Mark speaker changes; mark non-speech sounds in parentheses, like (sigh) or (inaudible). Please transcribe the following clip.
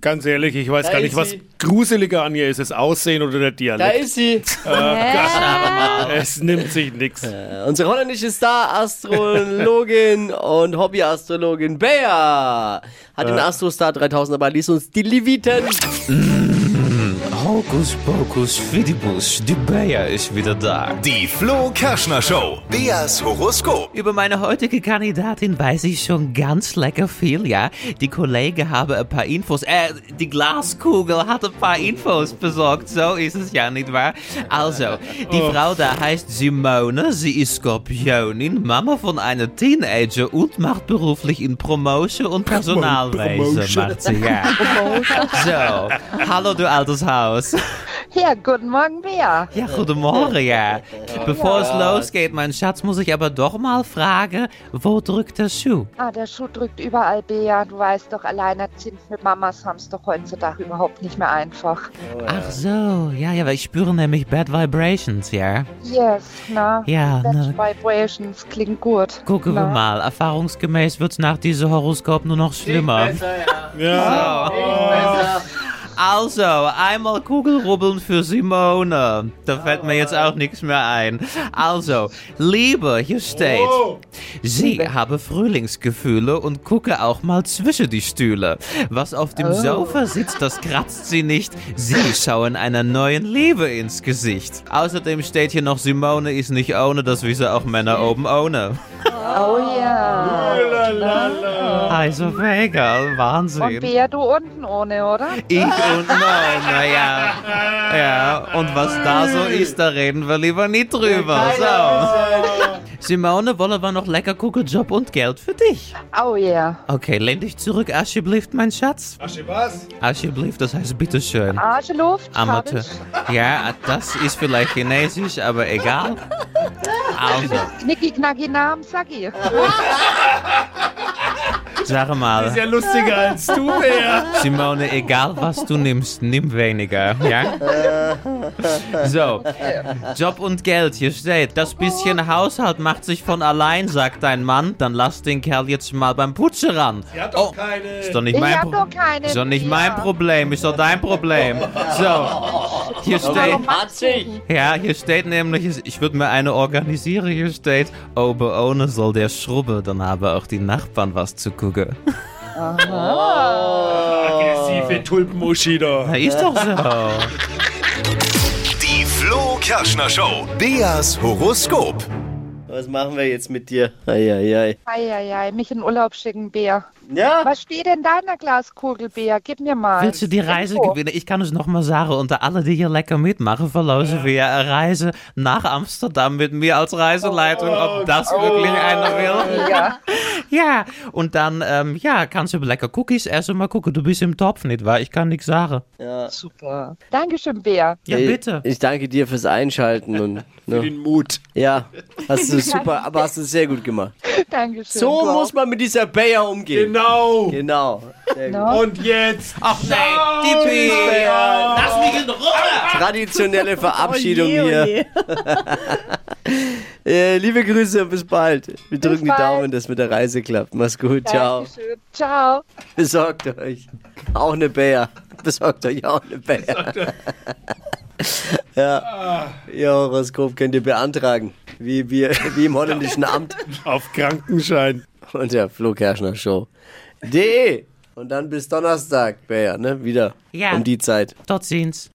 Speaker 1: Ganz ehrlich, ich weiß
Speaker 2: Da
Speaker 1: gar
Speaker 2: ist
Speaker 1: nicht, was
Speaker 2: sie.
Speaker 1: gruseliger an ihr ist, das Aussehen oder der
Speaker 2: Da
Speaker 1: Dialekt. Ah,
Speaker 2: ist sie.
Speaker 1: es nimmt sich nichts.
Speaker 2: Äh, Unsere holländische Star-Astrologin (laughs) und Hobby-Astrologin Bea hat den Astrostar 3000 dabei, liest uns die Leviten.
Speaker 3: Hokus pokus fidibus, die Bayer ist wieder da.
Speaker 4: Die Flo Kerschner Show. Beas Horoskop.
Speaker 3: Über meine heutige Kandidatin weiß ich schon ganz lecker viel, ja. Die Kollege habe ein paar Infos, äh, die Glaskugel hat ein paar Infos besorgt, so ist es ja, nicht wahr? Also, die
Speaker 4: Oh.
Speaker 3: Frau da heißt Simone, sie ist Skorpionin, Mama von einem Teenager und macht beruflich in Promotion und Personalwesen, macht sie, ja. So, hallo du altes Haus.
Speaker 5: Ja, guten Morgen, Bea.
Speaker 3: Ja, guten Morgen, ja. Bevor es losgeht, mein Schatz, muss ich aber doch mal fragen, wo drückt der Schuh?
Speaker 5: Ah, der Schuh drückt überall, Bea. Du weißt doch, alleinerziehend für Mamas haben es doch heutzutage überhaupt nicht mehr einfach.
Speaker 3: Ach so, ja, ja, weil ich spüre nämlich Bad Vibrations, ja.
Speaker 5: Yes, na?
Speaker 3: Ja,
Speaker 5: Bad
Speaker 3: na,
Speaker 5: Vibrations, klingt gut.
Speaker 3: gucken wir
Speaker 5: Na?
Speaker 3: mal. Erfahrungsgemäß wird's nach diesem Horoskop nur noch schlimmer.
Speaker 1: Ja.
Speaker 3: Also, einmal Kugelrubbeln für Simone. Da fällt mir jetzt auch nichts mehr ein. Also, Liebe, hier steht.
Speaker 1: Oh.
Speaker 3: Sie habe Frühlingsgefühle und gucke auch mal zwischen die Stühle. Was auf dem Sofa sitzt, das kratzt sie nicht. Sie schauen einer neuen Liebe ins Gesicht. Außerdem steht hier noch, Simone ist nicht ohne, das wissen auch Männer oben ohne.
Speaker 5: Oh ja.
Speaker 3: Also, mega,
Speaker 5: Und
Speaker 3: Wahnsinn.
Speaker 5: Bea, du unten ohne, oder?
Speaker 3: Ich und Mona, ja. Ja, und was da so ist, da reden wir lieber nicht drüber. So. Simone, wollen wir noch lecker gucken, Job und Geld für dich?
Speaker 5: Oh ja.
Speaker 3: Okay, lehn dich zurück, alsjeblieft, mein Schatz.
Speaker 1: was?
Speaker 3: Alsjeblieft, das heißt bitteschön.
Speaker 5: Arschluft,
Speaker 3: Amateur.
Speaker 5: Schwabitsch,
Speaker 3: Ja, das ist vielleicht chinesisch, aber egal. Also,
Speaker 5: Knicki, knacki, Namen, sag ich.
Speaker 3: sag mal,
Speaker 1: Sehr lustiger als
Speaker 2: (laughs)
Speaker 1: du, Bär.
Speaker 3: Simone, egal was du nimmst, nimm weniger, ja? So, Job und Geld, hier steht, das bisschen Haushalt macht sich von allein, sagt dein Mann, dann lass den Kerl jetzt mal beim Putzen ran.
Speaker 1: Er hat
Speaker 2: Oh.
Speaker 1: doch keine.
Speaker 3: Ist doch nicht
Speaker 5: Ich
Speaker 3: mein,
Speaker 5: hab
Speaker 3: Pro
Speaker 5: doch keine.
Speaker 3: ist doch nicht
Speaker 5: Bea.
Speaker 3: mein Problem, ist doch dein Problem. So, hier steht...
Speaker 5: Warum machst du denn?
Speaker 3: Ja, hier steht nämlich, ich würde mir eine organisieren, hier steht, Obe ohne soll der Schrubbe, dann habe auch die Nachbarn was zu gucken.
Speaker 1: Aggressive Tulpenmuschi da.
Speaker 3: Na, ist doch so.
Speaker 4: Die Flo Kerschner Show. Beas Horoskop.
Speaker 2: Was machen wir jetzt mit dir? Eieiei.
Speaker 5: Eieiei, mich in Urlaub schicken, Bea.
Speaker 2: Ja?
Speaker 5: Was steht in deiner Glaskugel, Bea? Gib mir mal.
Speaker 3: Willst du die Reise gewinnen? Ich kann es nochmal sagen, unter alle, die hier lecker mitmachen, verlosen wir eine Reise nach Amsterdam mit mir als Reiseleitung, ob das wirklich einer will.
Speaker 5: Ja.
Speaker 3: Ja, und dann, ähm, ja, kannst du lecker Cookies essen, mal gucken, du bist im Topf, nicht wahr? Ich kann nichts sagen.
Speaker 5: Super. Dankeschön, Bea.
Speaker 3: Ja, bitte.
Speaker 2: Ich danke dir fürs Einschalten
Speaker 1: (laughs)
Speaker 2: und ne,
Speaker 1: Den Mut.
Speaker 2: ja, hast
Speaker 1: (laughs)
Speaker 2: du super, aber hast du sehr gut gemacht.
Speaker 5: Dankeschön.
Speaker 2: So
Speaker 5: du
Speaker 2: muss man mit dieser Bayer umgehen.
Speaker 1: Genau.
Speaker 2: Genau. Oh,
Speaker 1: Und jetzt.
Speaker 3: Ach nee, die Pie. Lass mich in Ruhe!
Speaker 2: Traditionelle Verabschiedung hier. (laughs) Äh, liebe Grüße und bis bald. Wir drücken
Speaker 5: bald.
Speaker 2: die Daumen, dass mit der Reise klappt. Mach's gut, ciao.
Speaker 5: Dankeschön. Ciao.
Speaker 2: Besorgt euch auch eine Bär. Besorgt euch auch eine Bär. (laughs) ja. Ihr Horoskop könnt ihr beantragen. Wie, wie, wie im holländischen Amt
Speaker 1: Auf Krankenschein.
Speaker 2: unter Flo Kerschner Show. E. De. Und dann bis Donnerstag, Bär, ne? Wieder
Speaker 3: Ja.
Speaker 2: um die Zeit.
Speaker 3: Tot ziens.